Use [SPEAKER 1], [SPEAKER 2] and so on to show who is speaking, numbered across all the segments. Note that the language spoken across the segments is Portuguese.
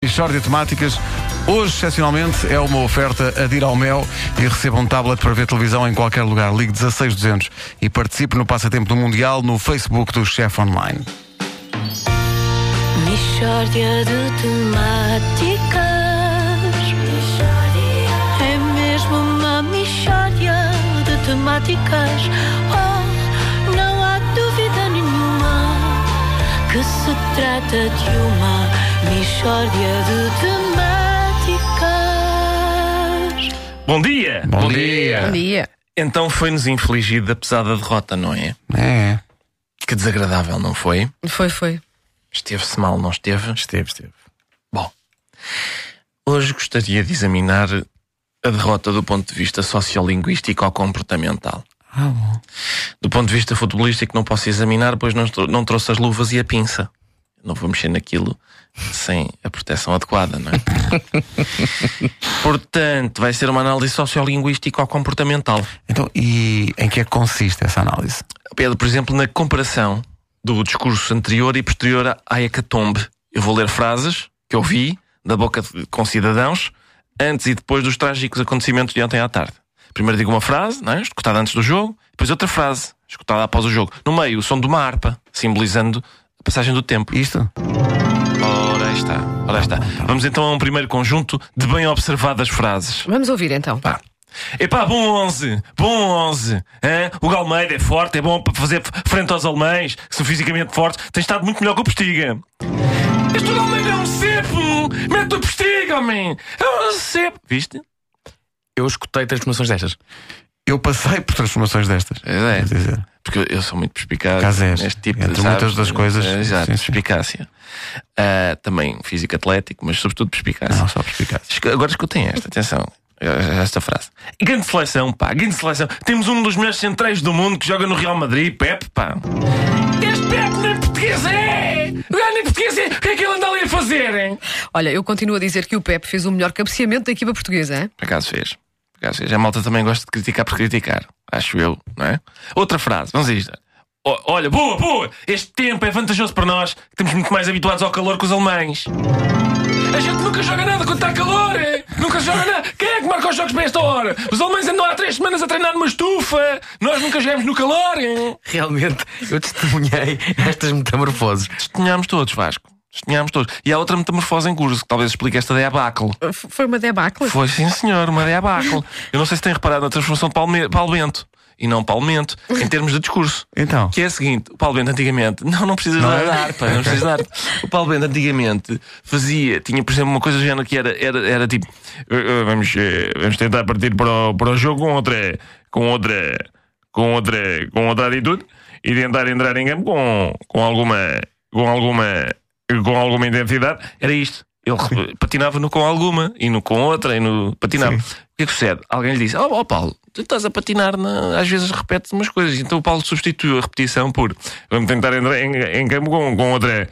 [SPEAKER 1] Mixórdia de Temáticas. Hoje, excepcionalmente, é uma oferta a dir ao mel e receba um tablet para ver televisão em qualquer lugar. Ligue 16200 e participe no Passatempo do Mundial no Facebook do Chef Online.
[SPEAKER 2] Mixórdia de temáticas É mesmo uma mixórdia de temáticas Oh, não há dúvida nenhuma Que se trata de uma mixórdia de temáticas
[SPEAKER 3] Bom dia!
[SPEAKER 1] Bom, dia.
[SPEAKER 4] dia.
[SPEAKER 3] Então foi-nos infligida a pesada derrota, não é?
[SPEAKER 1] É,
[SPEAKER 3] Que desagradável, não foi?
[SPEAKER 4] Foi, foi.
[SPEAKER 3] Esteve-se mal, não esteve?
[SPEAKER 1] esteve, esteve.
[SPEAKER 3] Bom, hoje gostaria de examinar a derrota do ponto de vista sociolinguístico ou comportamental.
[SPEAKER 1] Ah, bom.
[SPEAKER 3] Do ponto de vista futebolístico não posso examinar, pois não, estou- não trouxe as luvas e a pinça. Não vou mexer naquilo sem a proteção adequada, não é? Portanto, vai ser uma análise sociolinguística ou comportamental.
[SPEAKER 1] Então, e em que é que consiste essa análise?
[SPEAKER 3] Pedro, por exemplo, na comparação do discurso anterior e posterior à hecatombe. Eu vou ler frases que eu vi da boca de concidadãos antes e depois dos trágicos acontecimentos de ontem à tarde. Primeiro digo uma frase, não é? escutada antes do jogo, depois outra frase, escutada após o jogo. No meio, o som de uma harpa, simbolizando a passagem do tempo.
[SPEAKER 1] Isto?
[SPEAKER 3] Ora aí está, ora aí está. Vamos então a um primeiro conjunto de bem observadas frases.
[SPEAKER 4] Vamos ouvir então.
[SPEAKER 3] Pá. Epá, bom 11, bom 11. hã? O Galmeida é forte, é bom para fazer frente aos alemães, que são fisicamente fortes. Tem estado muito melhor que o Postiga. Este Galmeida é um cepo! Mete o Postiga, homem! É um cepo! Viste?
[SPEAKER 5] Eu escutei transformações destas.
[SPEAKER 1] Eu passei por transformações destas.
[SPEAKER 3] É,
[SPEAKER 1] Quer dizer,
[SPEAKER 3] porque eu sou muito perspicaz
[SPEAKER 1] Caso és.
[SPEAKER 3] neste tipo
[SPEAKER 1] Entre
[SPEAKER 3] de sabes?
[SPEAKER 1] muitas das coisas,
[SPEAKER 3] É, Exato,
[SPEAKER 1] sim, sim.
[SPEAKER 3] perspicácia. Ah, também físico atlético, mas sobretudo perspicácia.
[SPEAKER 1] Não, só perspicaz.
[SPEAKER 3] Escu- Agora escutem esta, atenção. eh, Esta frase. Grande seleção, pá, grande seleção. Temos um dos melhores centrais do mundo que joga no Real Madrid, Pepe, pá. Este Pepe nem português é! O gajo nem português é! O que é que ele anda ali a fazer, hein?
[SPEAKER 4] Olha, eu continuo a dizer que o Pepe fez o melhor cabeceamento da equipa portuguesa, hein?
[SPEAKER 3] Por acaso fez. Por acaso fez. A malta também gosta de criticar por criticar. Acho eu, não é? Outra frase, vamos a isto. O- Olha, boa, boa! Este tempo é vantajoso para nós, que estamos muito mais habituados ao calor que os alemães. A gente nunca joga nada quando está calor, é? Nunca joga nada. Quem é que marca os jogos para esta hora? Os alemães andam há três semanas a treinar numa estufa. Nós nunca jogamos no calor, é?
[SPEAKER 5] Realmente, eu testemunhei estas metamorfoses.
[SPEAKER 3] Testemunhámos todos, Vasco. Testemunhámos todos. E há outra metamorfose em curso, que talvez explique esta debacle.
[SPEAKER 4] F- Foi uma debacle.
[SPEAKER 3] Foi, sim, senhor, uma debacle. Eu não sei se têm reparado na transformação de Palme Palmento e não Palmento, em termos de discurso.
[SPEAKER 1] Então,
[SPEAKER 3] Que é a seguinte, o Paulo Bento antigamente Não, não precisas
[SPEAKER 1] Não
[SPEAKER 3] da
[SPEAKER 1] é?
[SPEAKER 3] da harpa Não precisas da harpa O Paulo Bento antigamente fazia Tinha, por exemplo, uma coisa do género que era, era, era tipo "Eh, eh, vamos, eh, vamos tentar partir para o, para o jogo com outra Com outra Com outra, com outra atitude E tentar entrar em campo com, com alguma Com alguma Com alguma intensidade Era isto ele re- patinava no com alguma e no com outra e no patinava. O que é que sucede? Alguém lhe disse: Ó ó, Paulo, tu estás a patinar, na- às vezes repetes umas coisas. Então o Paulo substituiu a repetição por vamos tentar entrar em, em campo com, com outra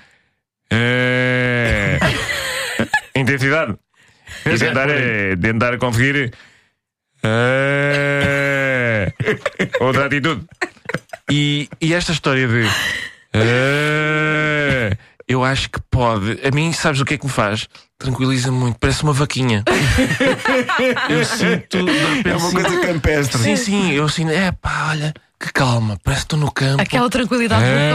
[SPEAKER 3] eh, intensidade e tentar, eh, tentar conseguir eh, outra atitude. E, e esta história de. "Ah", eu acho que pode. A mim, sabes o que é que me faz? Tranquiliza-me muito. Parece uma vaquinha. eu sinto. De repente,
[SPEAKER 1] é uma
[SPEAKER 3] sinto-
[SPEAKER 1] coisa campestre.
[SPEAKER 3] Sim, sim. Eu sinto. É pá, olha, que calma. Parece que estou no campo.
[SPEAKER 4] Aquela tranquilidade
[SPEAKER 3] É,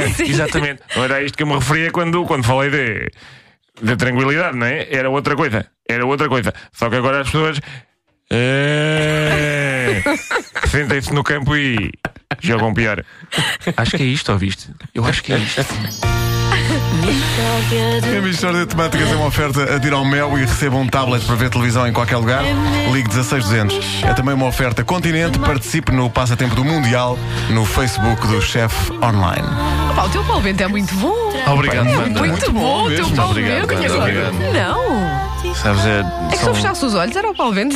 [SPEAKER 4] bucólica. Sim.
[SPEAKER 3] Exatamente. Não era isto que eu me referia quando, quando falei de, de tranquilidade, não é? Era outra coisa. Era outra coisa. Só que agora as pessoas. é, Sentem-se no campo e jogam pior. Acho que é isto, ouviste? Eu acho que é isto.
[SPEAKER 2] Mixórdia de
[SPEAKER 1] A Mixórdia de Temáticas é uma oferta a dir ao mel e receba um tablet para ver televisão em qualquer lugar. Ligue 16200. É também uma oferta Continente. Participe no Passatempo do Mundial no Facebook do Chefe Online.
[SPEAKER 4] Pá, o teu Paulo Bento é muito bom.
[SPEAKER 3] Obrigado,
[SPEAKER 4] É
[SPEAKER 3] Wanda.
[SPEAKER 4] muito, bom, o teu
[SPEAKER 1] mesmo.
[SPEAKER 4] Paulo
[SPEAKER 3] Obrigado,
[SPEAKER 4] Bento.
[SPEAKER 3] Wanda, obrigado.
[SPEAKER 4] Não.
[SPEAKER 3] Sabes, é,
[SPEAKER 4] É que se eu
[SPEAKER 3] são-
[SPEAKER 4] fechasse os olhos era o Paulo Bento.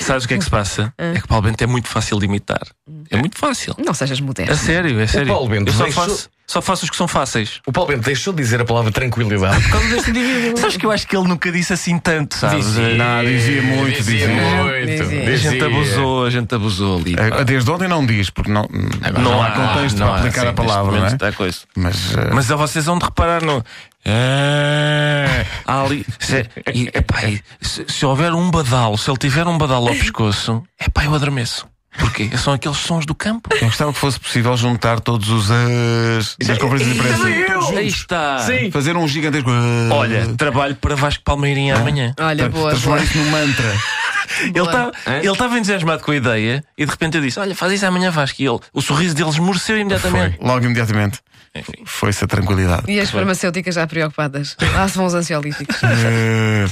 [SPEAKER 3] sabes o que é que se passa? É que o Paulo Bento é muito fácil de imitar. É muito fácil.
[SPEAKER 4] Não sejas
[SPEAKER 3] É
[SPEAKER 4] modesto.
[SPEAKER 3] sério, é sério.
[SPEAKER 5] Paulo Bento
[SPEAKER 3] Eu só
[SPEAKER 5] deixou-
[SPEAKER 3] faço, só faço os que são fáceis.
[SPEAKER 5] O Paulo Bento deixou de dizer a palavra tranquilidade por causa deste indivíduo.
[SPEAKER 3] Sabes que eu acho que ele nunca disse assim tanto, sabes?
[SPEAKER 1] Não, dizia muito, dizia.
[SPEAKER 5] muito.
[SPEAKER 4] Dizia.
[SPEAKER 3] A gente abusou, a gente abusou ali.
[SPEAKER 1] Eh, Desde ontem não diz, porque não, não, há contexto
[SPEAKER 3] É, não
[SPEAKER 1] para
[SPEAKER 3] há,
[SPEAKER 1] aplicar
[SPEAKER 3] sim,
[SPEAKER 1] a palavra,
[SPEAKER 3] neste
[SPEAKER 1] não é?
[SPEAKER 3] momento está com isso.
[SPEAKER 1] Mas, eh,
[SPEAKER 3] Mas a vocês vão de reparar no. É, há ali. Se, e, epá, e se, se houver um badalo, se ele tiver um badalo ao pescoço, epá, eu adormeço. Porquê? São aqueles sons do campo.
[SPEAKER 1] eu gostava que fosse possível juntar todos os eh, as das conferências de imprensa.
[SPEAKER 3] Aí está.
[SPEAKER 1] Fazer um gigantesco. ah,
[SPEAKER 3] Olha, trabalho para Vasco Palmeirinha amanhã.
[SPEAKER 4] Olha, boa, boa.
[SPEAKER 1] Transformar isso num mantra.
[SPEAKER 3] Ele estava entusiasmado com a ideia e de repente eu disse: Olha, faz isso amanhã, Vasco. E ele, o sorriso dele esmoreceu
[SPEAKER 1] Foi,
[SPEAKER 3] imediatamente.
[SPEAKER 1] logo imediatamente.
[SPEAKER 3] Enfim.
[SPEAKER 1] Foi-se a tranquilidade.
[SPEAKER 4] E as farmacêuticas já preocupadas. Lá se vão os ansiolíticos.
[SPEAKER 1] Eh,